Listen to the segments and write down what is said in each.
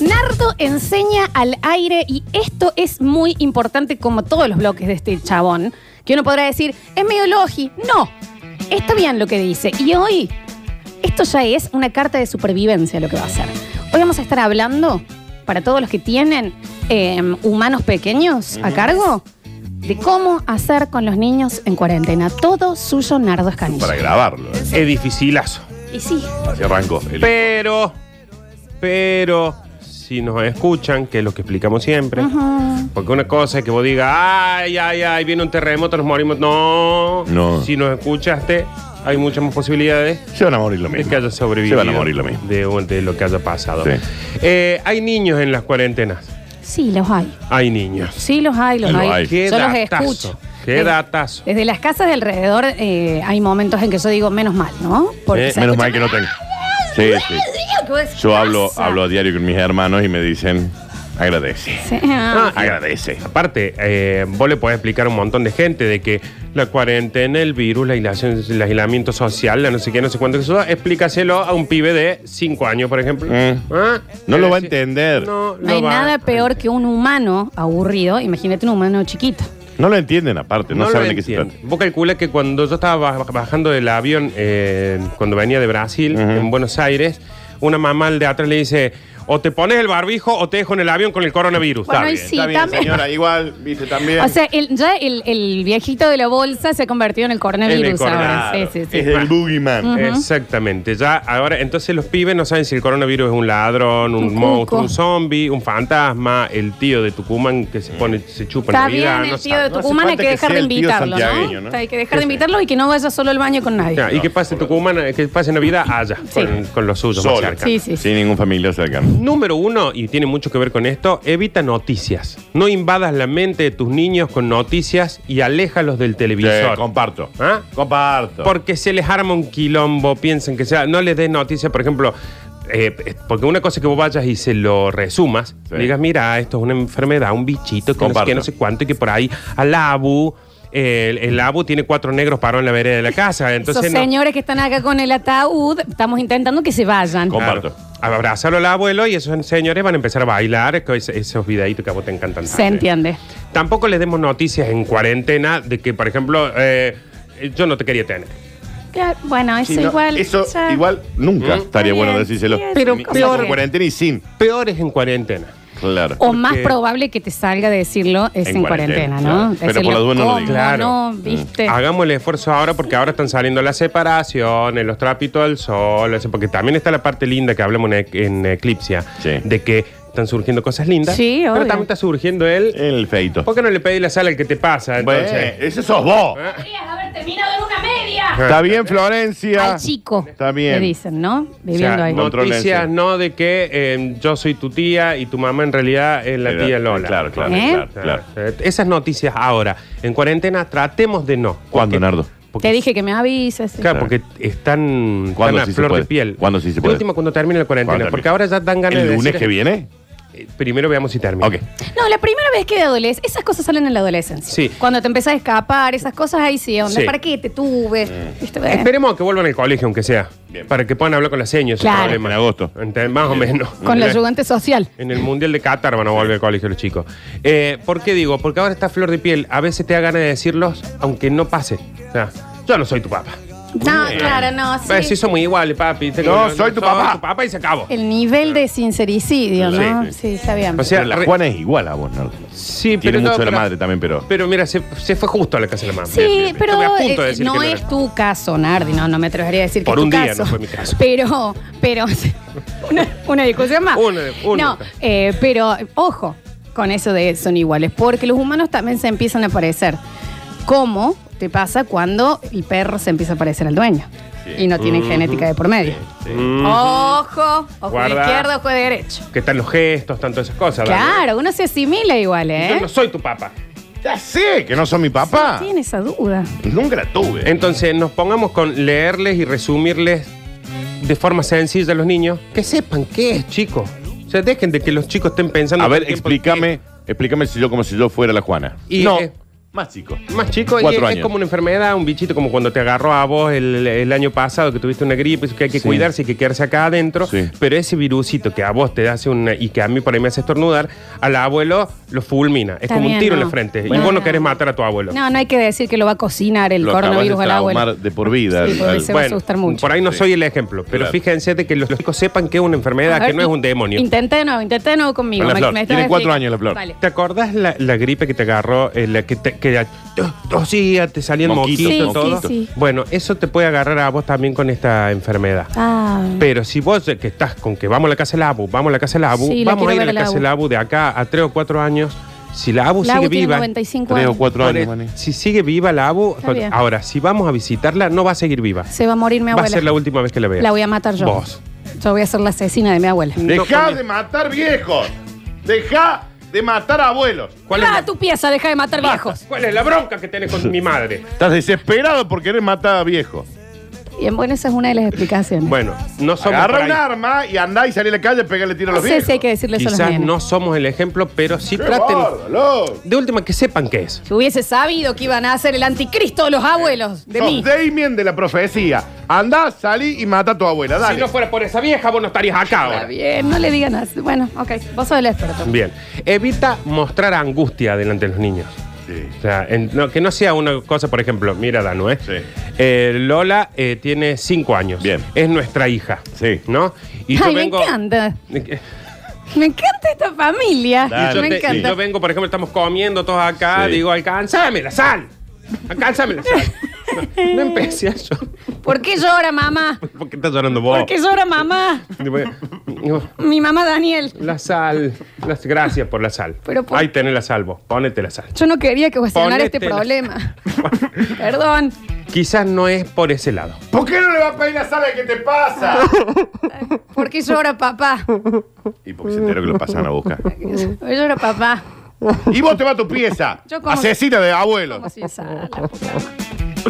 Eduardo enseña al aire, y esto es muy importante como todos los bloques de este chabón, que uno podrá decir, es medio logi. No, está bien lo que dice. Y hoy, esto ya es una carta de supervivencia lo que va a hacer. Hoy vamos a estar hablando, para todos los que tienen eh, humanos pequeños a cargo, de cómo hacer con los niños en cuarentena. Todo suyo, Nardo Escanilla. Para grabarlo. ¿eh? Es dificilazo. Y sí, Así arrancó. el- Pero, pero, si nos escuchan, que es lo que explicamos siempre, porque una cosa es que vos digas, ay, ay, ay, viene un terremoto, nos morimos. No, No. Si nos escuchaste, hay muchas más posibilidades Se van a morir lo de mismo. que haya Se sobrevivido. van a morir lo mismo. De, de lo que haya pasado. Sí. Eh, hay niños en las cuarentenas. sí, los hay. Hay niños. Sí, los hay, los, Los hay. hay. Qué yo los datazo, escucho. Eh, qué Desde- datazo. Desde las casas de alrededor eh, hay momentos en que yo digo, menos mal, ¿no? Eh, se Menos escucha- mal que no tengo. Sí, sí. Yo hablo, hablo a diario con mis hermanos y me dicen, agradece. Sí. Ah, y Agradece. Aparte, eh, vos le podés explicar a un montón de gente de que la cuarentena, el virus, la aislación- el aislamiento social, la no sé qué, no sé cuánto, eso, explícaselo a un pibe de 5 años, por ejemplo. Mm. Ah, No lo va a sí. entender. No, No, No hay nada peor que un humano aburrido. Imagínate un humano chiquito. lo entienden aparte, no, No, saben lo de qué se entiende. trata. Vos calculás que cuando yo estaba baj- bajando del avión, eh, cuando venía de Brasil, en Buenos Aires, una mamá al de atrás le dice, o te pones el barbijo o te dejo en el avión con el coronavirus. Bueno, Está y bien. sí, también. señora, igual, viste, también. O sea, el, ya el, el viejito de la bolsa se ha convertido en el coronavirus En el ahora. Sí, coronado. sí, Mm. sí. es el boogeyman. Eh, Exactamente, ya ahora entonces los pibes no saben si el coronavirus es un ladrón, un, Un cuco. monstruo, un zombie, un fantasma, el tío de Tucumán que se pone, se chupa Está en Navidad, bien no el tío sabe. de no hace Tucumán, hay falta que que dejar de sea el tío invitarlo, santiagueño, ¿no? ¿no? Hay que dejar de invitarlo y que no vaya solo al baño con Ya, nadie. y que pase Tucumán, eh, que pase Navidad allá, Sí. con, con los suyos más Solo. cerca. Sí, sí, sí. Sin ningún familiar cercano. Número uno, y tiene mucho que ver con esto, evita noticias. No invadas la mente de tus niños con noticias y aléjalos del televisor. Eh, comparto. ¿Ah? Comparto. Porque se les arma un quilombo, piensen que sea. No les des noticias, por ejemplo. eh, eh, porque una cosa es que vos vayas y se lo resumas, Sí. digas, mira, esto es una enfermedad, un bichito que no sé, Comparto. qué, no sé cuánto, y que por ahí al abu, eh, el, Mm. el abu tiene cuatro negros parados en la vereda de la casa. Entonces, Esos no- señores que están acá con el ataúd, estamos intentando que se vayan. Com- Claro. Comparto. Abrazalo al abuelo y esos señores van a empezar a bailar que es- esos videitos que a vos te encantan. Se tanto. entiende. Tampoco les demos noticias en cuarentena de que, por ejemplo, eh, yo no te quería tener. Claro, bueno, eso Sí, no, igual. Eso ya- igual nunca Mm. estaría Está bueno bien, decírselo. sí, es Pero Ni- ni peor. con cuarentena y sin. Peores en cuarentena. Claro. O más porque- probable que te salga decirlo es en, En cuarentena, cuarentena, ¿no? claro. Pero por la Decirle, duda no lo Ah. digas. "¿Cómo Claro. Mm. no? ¿Viste? Hagamos el esfuerzo ahora porque ahora están saliendo las separaciones, los trapitos al sol, eso, porque también está la parte linda que hablamos en, en Eclipsia, Sí. de que están surgiendo cosas lindas, Sí, pero obvio. también está surgiendo el... El feito. ¿Por qué no le pedí la sala al que te pasa? Eh. Bueno, eh, Entonces? ¿Eh? ese sos vos. haber terminado en una media. Está bien, Florencia. Al chico. Está bien. Le dicen, ¿no? Viviendo O sea, ahí. no- Contrólense. Noticias no de que eh, yo soy tu tía y tu mamá en realidad es la Era- tía Lola. Claro, claro, ¿Eh? claro, O sea, claro. eh, Esas noticias ahora, en cuarentena, tratemos de no. ¿Cuándo, Porque- Nardo? porque- Te dije que me avises. Claro, porque están, están ¿Cuándo a sí se flor puede? de piel. ¿Cuándo sí se De puede? última, cuando termine la cuarentena. ¿Cuándo Porque termina? ahora ya dan ganas ¿El de lunes decir- que viene? Eh, Primero veamos si termina. Ok. No, la primera vez que de adolescente, esas cosas salen en la adolescencia. Sí. Cuando te empezás a escapar, esas cosas ahí sí, onda, Sí. ¿para qué te tuve? Mm. ¿Viste? Bueno. Esperemos a que vuelvan al colegio, aunque sea. Bien. Para que puedan hablar con las señas. Claro. En agosto. Más o menos. Con la Eh, ayudante social. En el Mundial de Qatar van a volver al colegio los chicos. Eh, ¿Por qué digo? Porque ahora está flor de piel. A veces te da ganas de decirlos, aunque no pase. O sea, yo no soy tu papá. No, claro, no. Eh, Sí. Sí, somos iguales, papi. Te- No, soy tu papá. tu papá y se acabó. El nivel de sincericidio, Sí, ¿no? sí. Sí, está bien. O sea, Pero la re- Juana es igual a vos, Nardo. sí, Tiene pero mucho no, de la pero- madre también, pero. Pero mira, se, se fue justo a la casa de la mamá. Sí, bien, bien. pero Estuve a punto de eh, decir no que no es era. tu caso, Nardi, no, no me atrevería a decir Por que es un tu día caso. no fue mi caso. Pero, pero, una, una discusión más. Una, una. No, eh, pero ojo con eso de son iguales, porque los humanos también se empiezan a parecer. ¿Cómo te pasa cuando el perro se empieza a parecer al dueño? Sí. Y no tienen genética de por medio. Mm, Ojo, ojo de Guarda. izquierdo, ojo de derecho. Que están los gestos, tanto esas cosas. Dani. Claro, uno se asimila igual, ¿eh? Yo no soy tu papá. Ya sé que no son mi papá. Tiene esa duda. Nunca la tuve. Entonces nos pongamos con leerles y resumirles de forma sencilla a los niños que sepan qué es, chicos. O sea, dejen de que los chicos estén pensando. A ver, todo el tiempo en explícame, explícame si yo como si yo fuera la Juana. Y, no. eh, Más chico. Más chico y es, Cuatro es años. como una enfermedad, un bichito como cuando te agarró a vos el, el año pasado que tuviste una gripe, eso que hay que Sí. cuidarse, hay que quedarse acá adentro. Sí. Pero ese virusito que a vos te hace una y que a mí por ahí me hace estornudar, al abuelo lo fulmina. Es Está como bien, un tiro en no. la frente. Bueno. y vos no querés matar a tu abuelo. No, no hay que decir que lo va a cocinar el Lo acabas coronavirus de al abuelo. traumar de por vida. Sí, al- porque al- se va a asustar mucho. por ahí no Sí. soy el ejemplo, pero Claro. fíjense de que los chicos sepan que es una enfermedad, A ver, que no es in- un demonio. Intenta de nuevo, intenta de nuevo conmigo. Con la Me- flor. me estás Tiene cuatro explicando. años la flor. Vale. ¿Te acordás la, la gripe que te agarró, eh, la que te, que ya to- tosía, te salían Moquitos, moquitos, Sí, todo? sí, sí. Bueno, eso te puede agarrar a vos también con esta enfermedad. Ah, Pero si vos eh, que estás con que vamos a la casa del Abu, vamos a la casa del Abu, Sí, la vamos quiero a ir a ver la al casa del Abu de acá a tres o cuatro años, si la Abu la sigue Abu tiene viva, 95 Tres o años. cuatro por años, el- Mani. si sigue viva la Abu, Está bien. ahora si vamos a visitarla no va a seguir viva. Se va a morir mi Va abuela. a ser la última vez que la veas. La voy a matar yo. Vos. Yo voy a ser la asesina de mi abuela. Deja con- de matar viejos. Deja de matar abuelos. ¿Cuál es Va la- a tu pieza, deja de matar viejos. ¿Cuál es la bronca que tenés con mi madre? Estás desesperado por querer matar a viejos. Bien, bueno, esa es una de las explicaciones. Bueno, no somos por Agarra un ahí. arma y andá y salí a la calle y pegale tiro a no los sé viejos. si hay que decirle eso a los Quizás nenes. no somos el ejemplo, pero sí ¡Qué traten. bárbaro, loco! De última, que sepan qué es. Si hubiese sabido que iban a hacer el anticristo de los abuelos de Sos mí. Damien de la profecía. Andá, salí y mata a tu abuela. Dale. Si no fuera por esa vieja, vos no estarías acá Está ahora. bien, no le digan así. Bueno, ok, vos sos el experto. Bien. Evita mostrar angustia delante de los niños. Sí. O sea, en- no, que no sea una cosa, por ejemplo, mira, Danu, ¿eh? Sí. Eh, Lola eh, tiene cinco años. Bien. Es nuestra hija. Sí. ¿No? Ay, me encanta. Me encanta esta familia. Dale, Eh, yo, me te- encanta. yo vengo, por ejemplo, estamos comiendo todos acá, Sí. digo, alcánzame la sal. Alcánzame la sal. No, no empecé a llorar. ¿Por qué llora mamá? ¿Por qué estás llorando vos? ¿Por qué llora mamá? Digo, Mi mamá Daniel. La sal. Las, gracias por la sal. Pero por- Ahí tenés la sal vos. Ponete la sal. Yo no quería que ocasionara este Ponétela. problema. Perdón. Quizás no es por ese lado. ¿Por qué no le vas a pedir la sala que te pasa? ¿Por qué llora papá? y porque se enteró que lo pasan a buscar. ¿Por qué llora papá? Y vos te vas a tu pieza. Yo como- Asesina de abuelo. Como si esa- la puta.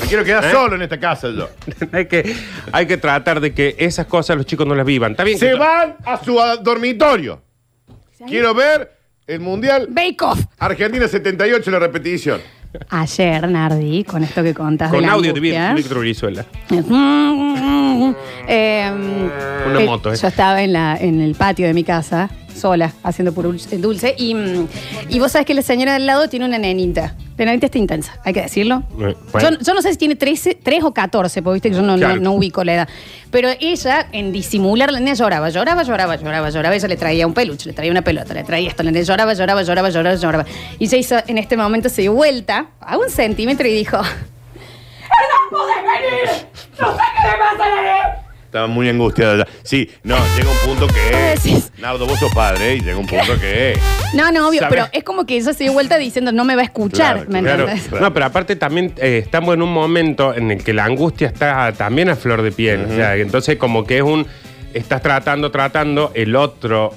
Me quiero quedar ¿Eh? solo en esta casa yo. hay, que, hay que tratar de que esas cosas los chicos no las vivan. Está bien. Se que- van a su ah, dormitorio. Quiero ver el Mundial Bake Off. Argentina 78, la repetición. Ayer, Nardi, con esto que contás de Con la audio de angustia, Víctor- Víctor Brizuela. Eh, Una eh, moto, eh. Yo estaba en, la, en el patio de mi casa, sola, haciendo por dulce. Y, mm, y vos sabés que la señora del lado tiene una nenita. La nenita está intensa, hay que decirlo. Eh, bueno. Yo, yo no sé si tiene 13, 3 o 14, porque viste que yo no, no- Claro. no ubico la edad. Pero ella, en disimular, la nena lloraba, lloraba, lloraba, lloraba, lloraba. Ella le traía un peluche, le traía una pelota, le traía esto. La nena lloraba, lloraba, lloraba, lloraba, lloraba. Y se hizo, en este momento, se dio vuelta a un centímetro y dijo... ¡No podés venir! ¡No sé qué le pasa a la nena! Estaba muy angustiada ya. Sí, no, llega un punto ¿Qué que. decís? Nardo, vos sos padre, ¿eh? y llega un punto que. No, no, obvio, ¿Sabes? pero es como que ella se dio vuelta diciendo no me va a escuchar, Claro, ¿me Claro. entiendes? Claro. No, pero aparte también eh, estamos en un momento en el que la angustia está también a flor de piel. O sea, entonces como que es un... Estás tratando, tratando, el otro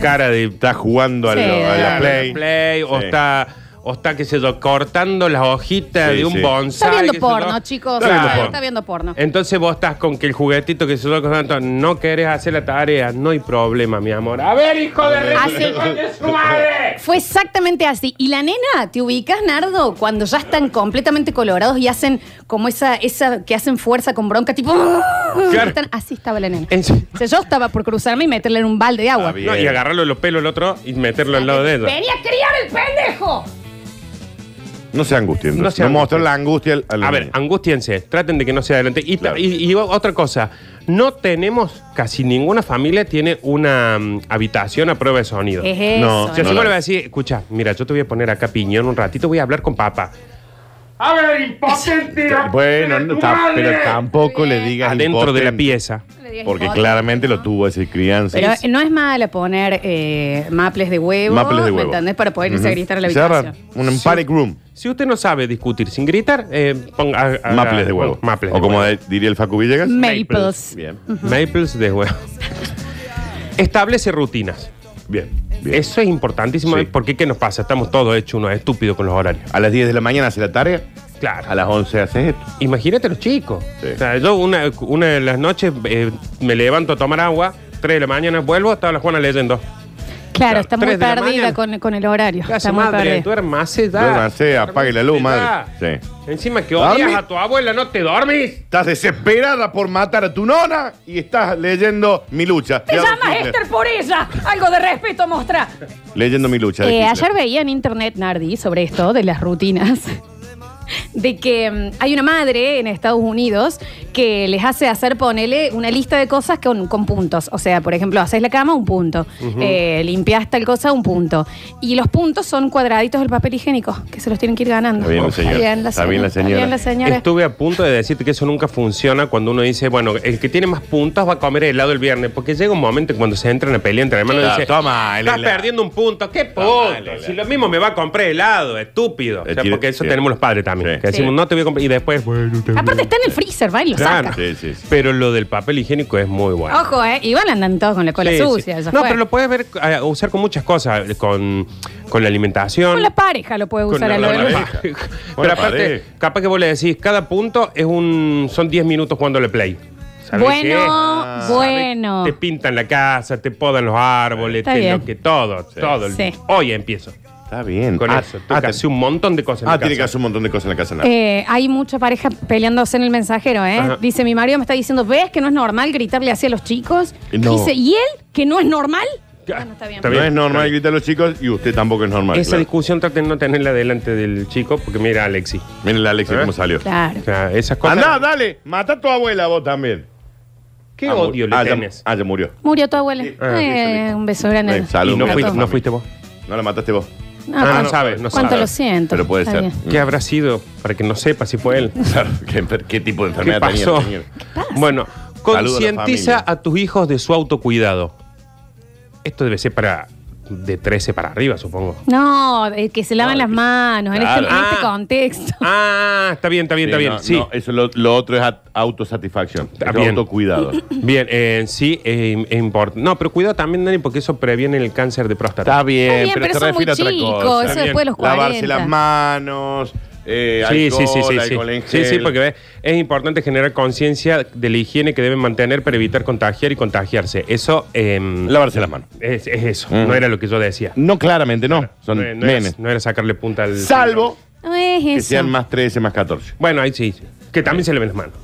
cara de... Está jugando Sí, al, a la claro. Play. Play, o Sí. está... O está, qué sé yo, cortando las hojitas Sí, de un sí. Está bonsai. viendo qué sé yo. porno, chicos. Está viendo Ah, porno. Está viendo porno. Entonces vos estás con que el juguetito que se lo tanto no querés hacer la tarea, no hay problema, mi amor. A ver, hijo de re- Así. hijo de su madre. Fue exactamente así. Y la nena, ¿te ubicas, Nardo? Cuando ya están completamente colorados y hacen como esa, esa que hacen fuerza con bronca, tipo. Claro. Están- así estaba la nena. En serio. O sea, yo estaba por cruzarme y meterle en un balde de agua. Ah, bien. No, y agarrarlo de los pelos al otro y meterlo al lado de ella. ¡Venía a criar el pendejo! No se angustien. No No, se no angustien. mostrar la angustia al, al A ver, niño. angustiense, traten de que no sea adelante. Y, ta- Claro. y- y otra cosa, no tenemos, casi ninguna familia tiene una mm, habitación a prueba de sonido. Es eso. No, O sea, ¿eh? si la- vos le vas a decir, escucha, mira, yo te voy a poner acá piñón un ratito, voy a hablar con papá. A ver, impotente. Bueno, no, ta- pero tampoco le digas. Adentro de la impotente, pieza. Le digas Porque impotente, claramente ¿no? lo tuvo ese crianza. Pero eh, no es malo poner eh, maples de huevo, Maples ¿me de huevo. entendés? Para poder irse a Ujú. gritar a la Cerrar habitación. Un panic room. Si usted no sabe discutir sin gritar, eh, ponga. haga- Maples de huevo. Maples. O de como huevo. de- diría el Facu Villegas. Maples. Bien. Maples de huevo. Establece rutinas. Bien. bien. Eso es importantísimo Sí. porque ¿qué nos pasa? Estamos todos hechos unos estúpidos con los horarios. A las 10 de la mañana hace la tarea. Claro. A las 11 haces esto. Imagínate los chicos. Sí. O sea, yo una, una de las noches eh, me levanto a tomar agua, 3 de la mañana vuelvo, estaba la Juana leyendo. Claro, está muy Tres de la perdida mañana. con, con el horario. Claro, Está muy madre, perdida. duérmase, da. Duérmase, apague la luz, madre. Sí. Encima que odias ¿Dormí? a tu abuela, no te dormís. Estás desesperada por matar a tu nona y estás leyendo Mi Lucha. ¡Te de Adolf llamas Hitler. Esther por ella! Algo de respeto mostra. Leyendo Mi Lucha. de Eh, Hitler. ayer veía en internet, Nardi, sobre esto de las rutinas. De que mm, hay una madre en Estados Unidos que les hace hacer, ponele, una lista de cosas con, con puntos. O sea, por ejemplo, haces la cama, un punto. Eh, limpias tal cosa, un punto. Y los puntos son cuadraditos del papel higiénico, que se los tienen que ir ganando. Está bien la señora. Está bien la señora. Está bien la señora. Estuve a punto de decirte que eso nunca funciona cuando uno dice, bueno, el que tiene más puntos va a comer helado el viernes, porque llega un momento que cuando se entra en la pelea entre hermanos Claro, dice, toma el estás helado". perdiendo un punto, ¿qué Toma el punto? helado. Si lo mismo me va a comprar helado, estúpido. O sea, Eh, tiene- porque eso sí. tenemos los padres también, Sí. que decimos, Sí. no te voy a comprar, y después, bueno, te- Aparte está en el freezer, va y lo Claro. saca. Sí, sí, sí. Pero lo del papel higiénico es muy bueno. Ojo, ¿eh? Igual andan todos con la cola Sí, sí. sucia. ya No, fue. pero lo puedes ver, eh, usar con muchas cosas, con, con la alimentación. Con la pareja lo puede con usar la- a lo con de la los- pareja. Pero Con la aparte, pareja. capaz que vos le decís, cada punto es un son 10 minutos jugando le play. ¿Sabés qué? Bueno, Ah, bueno. Te pintan la casa, te podan los árboles, Está te bien. lo que todo, todo. Sí. Hoy empiezo Está bien. con Ah, eso. ah, Tengo que te- hacer un montón de cosas en ah, la tiene que casa. hacer un montón de cosas en la casa. Nardi. Eh, hay mucha pareja peleándose en el mensajero, ¿eh? Ajá. Dice, mi marido me está diciendo, ¿ves que no es normal gritarle así a los chicos? No. Dice, ¿y él? ¿Que no es normal? Bueno, está bien. Está no es está normal bien. gritar a los chicos y usted tampoco es normal. Esa claro. discusión traten de no tenerla delante del chico, porque mira, Alexi. Miren la Alexis ¿Eh? cómo salió. Claro. O sea, esas cosas. Andá, dale. Mata a tu abuela vos también. ¿Qué Ah, mu- odio le ah, ya- tenés? ah, ya murió. Murió tu abuela. Ah, Eh, un beso grande. Eh, salud. y no para fuiste, todos. no fuiste vos. No la mataste vos. No, Ah, no, pero- no sabes, no ¿Cuánto sabes. lo siento? Pero puede Está ser. bien. ¿Qué habrá sido? Para que no sepa si fue él. Claro, ¿Qué, qué tipo de ¿Qué enfermedad tenía este pasó? la señora? Bueno, Saludo a la concientiza familia. a, tus hijos de su autocuidado. Esto debe ser para de 13 para arriba, supongo. No, eh, que se lavan No, las que- manos en, Claro. este, en este Ah. contexto. Ah, está bien, está bien, Sí, está bien. no, sí. no, eh. eso lo, lo otro es at- autosatisfacción. Está es bien. Autocuidado. Bien, eh, sí, eh, im- es importante. No, pero cuidado también, Dani, porque eso previene el cáncer de próstata. Está bien, Está bien, pero te son muy refieres a otra chicos, cosa. eso Está después de los Lavarse 40. las manos, eh, Sí, alcohol, sí, sí, sí, sí. alcohol en Sí, gel. sí, porque ¿ves? es importante generar conciencia de la higiene que deben mantener para evitar contagiar y contagiarse. Eso em, Lavarse las manos. es, es eso, Mm. no era lo que yo decía. No, claramente no. Son no, era- no era, nenes. no era sacarle punta al... Salvo No es que eso. sean más 13, más 14. Bueno, ahí sí. sí. Que también se le ven las manos.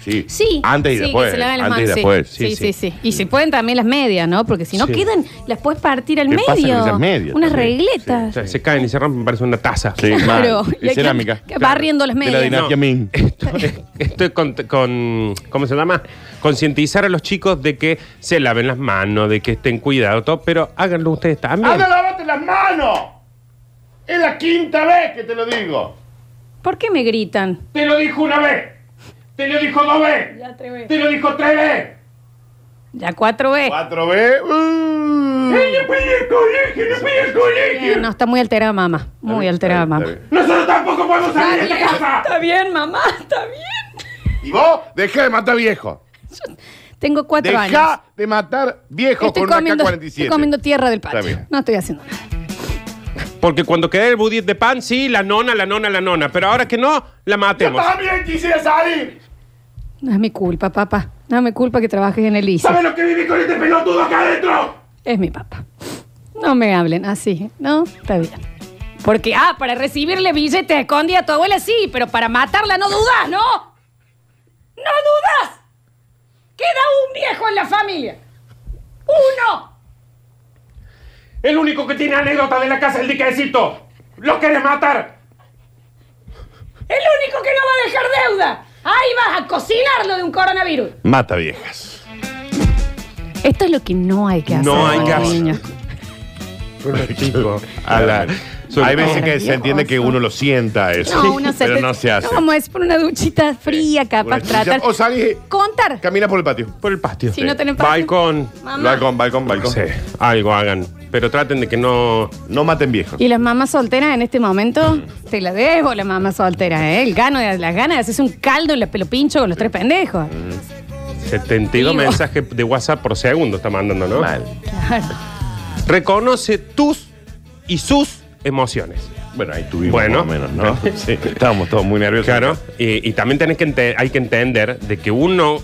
Sí. Sí. Antes y sí, después. que se laven las antes y manos, sí. después. Sí, sí, Sí, sí, Y si pueden también las medias, ¿no? Porque si no Sí. quedan, las puedes partir al ¿Qué medio. pasa con esas medias Unas también? regletas. O sea, se caen y se rompen, parece una taza. Sí, Claro. mal. Y Y hay que- cerámica. que barriendo las De la medias. dinastía No. Ming. Este Esto- Estoy con, con- ¿Cómo se llama? Concientizar a los chicos de que se laven las manos, de que estén cuidados, todo, pero háganlo ustedes también. ¡Anda, lávate las manos! Es la quinta vez que te lo digo. ¿Por qué me gritan? Te lo dijo una vez. Te lo dijo dos veces. Ya tres veces. Te lo dijo tres veces. Ya cuatro veces. Cuatro veces. Uh. ¡Le pide el colegio! ¡Le pide el colegio! Eh, No, está muy alterada mamá. Muy alterada mamá. ¡Nosotros tampoco podemos salir de esta casa! Está bien, mamá, está bien. Y vos, deja de matar viejo. Tengo cuatro años. Deja de matar viejo Estoy con comiendo, una K-47. estoy comiendo tierra del Está patio. bien. No estoy haciendo nada. Porque cuando quede el budit de pan, sí, la nona, la nona, la nona. Pero ahora que no, la ¡Yo matemos. también quisiera salir! No es mi culpa, papá. No es mi culpa que trabajes en el ICE. ¿Sabes lo que viví con este pelotudo acá adentro? Es mi papá. No me hablen así, ¿no? Está bien. Porque, ah, para recibirle billetes escondida a tu abuela sí, pero para matarla no dudas, ¿no? ¡No dudas! ¡Queda un viejo en la familia! ¡Uno! El único que tiene anécdota de la casa es el diquecito. ¡Lo querés matar! ¡El único que no va a dejar deuda! ¡Ahí vas a cocinarlo de un coronavirus! Mata viejas. Esto es lo que no hay que hacer. No hay con que los hacer. niños. Pobre chico. A la- Sobre hay veces todo- que se entiende que uno lo sienta eso. No, uno se pero no se hace. Como es por una duchita fría, capaz Una chicha- tratar. O salís, Contar. camina por el patio. Por el patio. Si no tenés patio. Balcón. Mamá. Balcón, balcón, No balcón. sé, algo hagan. Pero traten de que no... No maten viejos. Y las mamás solteras en este momento, Mm. te la debo la mamá soltera, ¿eh? El gano de las ganas de hacerse un caldo en la pelo pincho con los tres pendejos. Mm. 72 Vivo. mensajes de WhatsApp por segundo está mandando, ¿no? Mal. Claro. Reconoce tus y sus emociones. Bueno, ahí tuvimos Bueno. más o menos, ¿no? sí, estábamos todos muy nerviosos. Claro, y, y también tenés que ente- hay que entender de que uno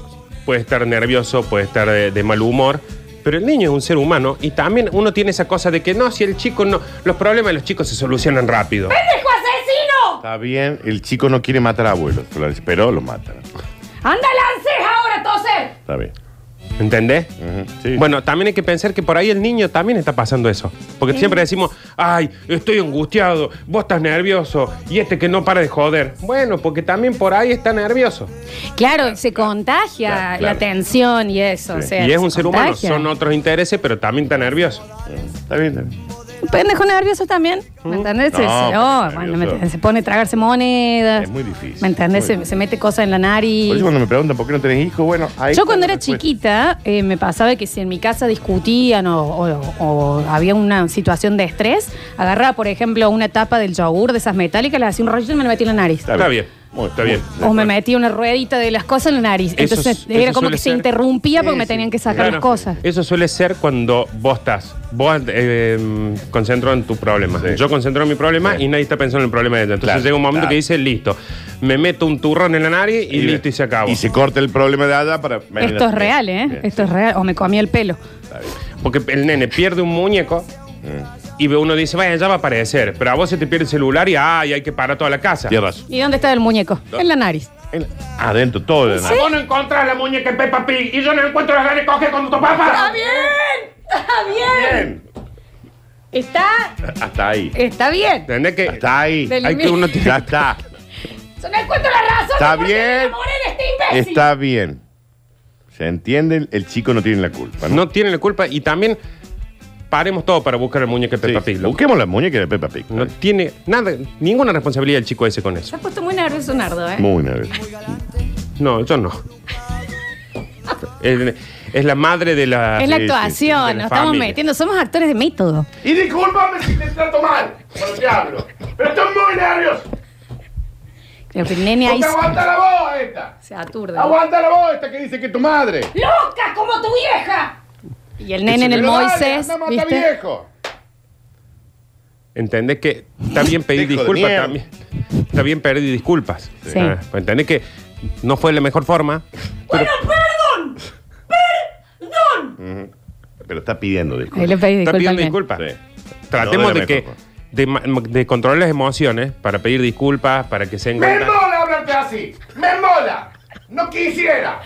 puede estar nervioso, puede estar de, de mal humor, Pero el niño es un ser humano y también uno tiene esa cosa de que no, si el chico no. Los problemas de los chicos se solucionan rápido. ¡Pendejo asesino! Está bien, el chico no quiere matar a abuelos, Florencia, pero lo matan. ¡Anda, lances ahora, toser! Está bien. ¿Entendés? Ujú, sí. Bueno, también hay que pensar que por ahí el niño también está pasando eso. Porque siempre decimos, ay, estoy angustiado, vos estás nervioso y este que no para de joder. Bueno, porque también por ahí está nervioso. Claro, se contagia Claro, la claro. tensión y eso. o Sí. sea, y es un se ser humano, contagia. son otros intereses, pero también está nervioso. Está bien, está bien. Un pendejo nervioso también. ¿Me entendés? Mm. No, Sí, sí. Oh, nervioso. bueno, ¿me entendés? Se pone a tragarse monedas. Es muy difícil. ¿Me entendés? Muy Se, difícil. se mete cosas en la Por nariz. eso cuando me preguntan por qué no tenés hijos, bueno, ahí Yo está cuando la era respuesta. chiquita eh, me pasaba que si en mi casa discutían o, o- o había una situación de estrés, agarraba, por ejemplo, una tapa del yogur de esas metálicas, le hacía un rollito y me la metía en la nariz. Está bien. Muy, Está bien. muy de O me acuerdo. metía una ruedita de las cosas en la nariz. Eso Entonces es- era eso como suele que se ser. interrumpía porque Sí, me sí. tenían que sacar Claro. las cosas. Eso suele ser cuando vos estás, vos eh, concentro en tu problema. Sí. Yo concentro en mi problema Sí. y nadie está pensando en el problema de ella. Entonces Claro, llega un momento claro. que dice, listo, me meto un turrón en la nariz y, listo y se acabó. Y se corta el problema de Ada para. Esto es real, ¿eh? Bien. Esto es real. O me comía el pelo. Porque el nene pierde un muñeco y uno dice, vaya, ya va a aparecer. Pero a vos se te pierde el celular y ay, hay que parar toda la casa. Tienes razón. ¿Y dónde estaba el muñeco? En la nariz. El- Adentro, todo de Ah, Vos no encontrás la muñeca en Peppa Pig y yo no encuentro las ganas de coger con tu ¡Está papá. bien! ¡Está bien! Está, Hasta ahí. está bien. ¿Entendés que Hasta ahí. Eh, Del- hay que uno tiene- Ya está. Yo no encuentro la razón Está de por qué bien. me enamoré de este imbécil. Está bien. Se entiende, el chico no tiene la culpa. ¿no? No tiene la culpa y también paremos todo para buscar el muñeco de Sí. Peppa Pig. loco. Busquemos la muñeca de Peppa Pig. No tiene nada, ninguna responsabilidad el chico ese con Se eso. ha puesto muy nervioso Nardo, ¿eh? Muy nervioso. No, yo no. es, es la madre de la. Es la Sí, sí, actuación, sí, de la nos estamos familia. metiendo, somos actores de método. Y discúlpame si te trato mal. Por diablo. Pero estoy muy nervioso. Creo que el nene ahí aguanta la voz esta. se aturde. Aguanta la voz esta que dice que tu madre. ¡Loca como tu vieja! Y el nene en el Moisés, ¿viste? viejo. ¿Entendés que está bien Hijo pedir de disculpas mierda. también? Está bien pedir disculpas. Sí. Ah, ¿Entendés que no fue la mejor forma? Bueno, perdón. Perdón. Pero está pidiendo Ahí disculpas. le pedí Está disculpas. al pidiendo nene. disculpas. Sí. Tratemos No de de, la que mejor de, ma- de controlar las emociones para pedir disculpas, para que se encuentren. hablarte así. Me mola. No quisiera.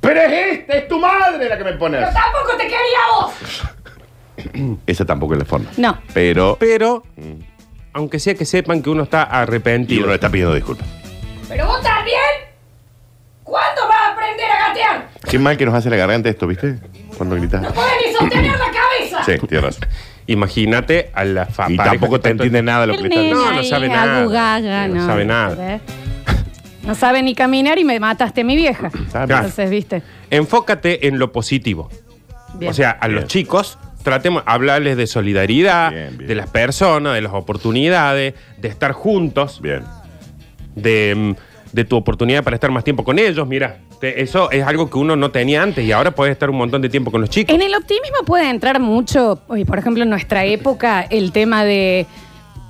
Pero es esta, es tu madre la que me pone Yo tampoco te quería a vos. Esa tampoco es la forma. No. Pero Pero, aunque sea que sepan que uno está Mm. y arrepentido. uno le está pidiendo disculpas. Pero vos también. ¿Cuándo vas a aprender a gatear? Qué mal que nos hace la garganta esto, ¿viste? Cuando No gritas. podés ni sostener la cabeza. Sí, tienes razón. Imagínate a la fa- Y pareja tampoco que te está- entiende nada lo que El le estás nene diciendo. No, no ahí, sabe nada. Agu Gaga, Sí, no no, sabe nada. No sabe ni caminar y me mataste a mi vieja. Sabe. Entonces, ¿viste? Enfócate en lo positivo. Bien. O sea, a los Bien. chicos, tratemos hablarles de solidaridad, Bien, bien. de las personas, de las oportunidades, de estar juntos, Bien. de, mm, de tu oportunidad para estar más tiempo con ellos. Mira, te- eso es algo que uno no tenía antes y ahora puedes estar un montón de tiempo con los chicos. En el optimismo puede entrar mucho, oye, por ejemplo, en nuestra época, el tema de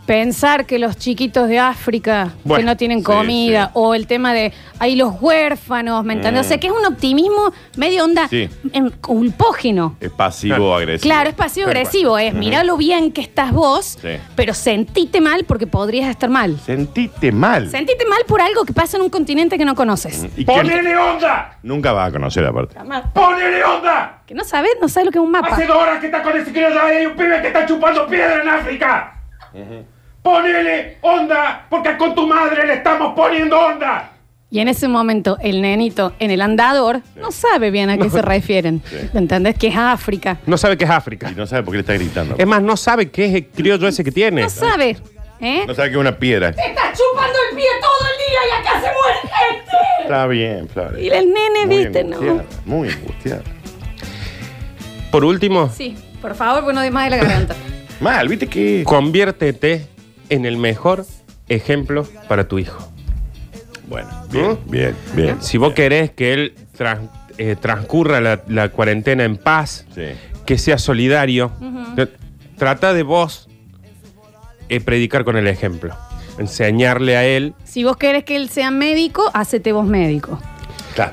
pensar que los chiquitos de África que Bueno, no tienen sí, comida, sí. Mm. o el tema de hay los huérfanos, ¿me entiendes? O sea, que es un optimismo medio onda Sí. en- culpógeno. Es pasivo agresivo. Claro, es pasivo agresivo, es mirá lo bien que estás vos, Sí. pero sentite mal porque podrías estar mal. Sentiste mal. Sentite mal por algo que pasa en un continente que no conoces. Y que ¡Ponele onda! nunca vas a conocer aparte. ¡Ponele onda! Que no sabes, no sabes lo que es un mapa. Hace dos horas que está con ese criollo ahí hay un pibe que está chupando piedra en África. ¡Ponele onda! Porque con tu madre le estamos poniendo onda. Y en ese momento, el nenito en el andador no sabe bien a qué se refieren. ¿Me ¿Entendés? Que es África. No sabe qué es África. Y no sabe por qué le está gritando. Es más, no sabe qué es el criollo ese que tiene. No sabe. ¿eh? No sabe que es una piedra. Te estás chupando el pie todo el día y acá se muere gente. Está bien, Flores. Y el nene, Muy viste, angustiada, ¿no? Muy angustiada. Por último, Sí, por favor, bueno, de más de la garganta. Mal, ¿viste que conviértete en el mejor ejemplo para tu hijo. Bueno, bien, bien, bien. Si vos querés que él trans- eh, transcurra la, la cuarentena en paz, Sí. que sea solidario, eh, trata de vos eh, predicar con el ejemplo. Enseñarle a él. Si vos querés que él sea médico, hacete vos médico. Claro.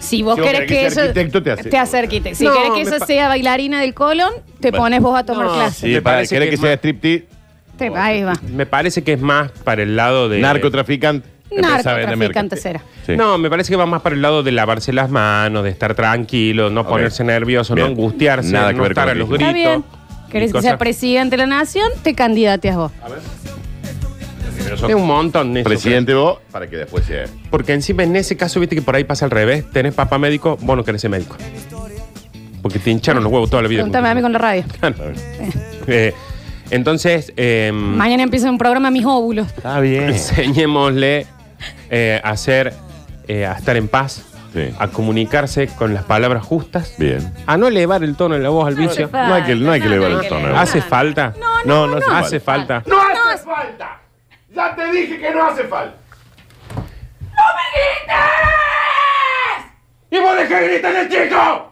Si vos querés que, sea eso. arquitecto, te hace- arquitecto. Si No, querés que me eso pa- sea bailarina del colon, te Bueno. pones vos a tomar clases. Sí, Me para, parece ¿Querés que que, es sea más- striptease? Te va, ahí va. Me parece que es más para el lado de. Narcotraficante. empezá a vender Narcotraficante merca. será. Sí. No, me parece que va más para el lado de lavarse las manos, de estar tranquilo, no Ok. ponerse nervioso, Bien. no angustiarse, Nada que no ver con estar a lo los que gritos. Está bien. ¿Querés y que sea cosas. presidente de la nación? Te candidateas vos. Es un montón eso, Presidente vos, para que después sea. creo. Porque encima en ese caso, viste que por ahí pasa al revés. Tenés papá médico, vos no querés ser médico. Porque te hincharon los huevos toda la vida. Pregúntame a mí con la radio. Eh, entonces, eh, Mm. Mañana empieza un programa Mis óvulos. Está bien. enseñémosle eh, a ser, eh, a estar en paz, Sí. a comunicarse con las palabras justas, Bien. a no elevar el tono de la voz al vicio. No hay que- no hay que elevar el tono. elevar. ¿Hace falta? No, no, hace, hace falta. ¡No hace falta! ¡Ya te dije que no hace falta! ¡No me grites! ¡Y vos dejé de gritarle, chico!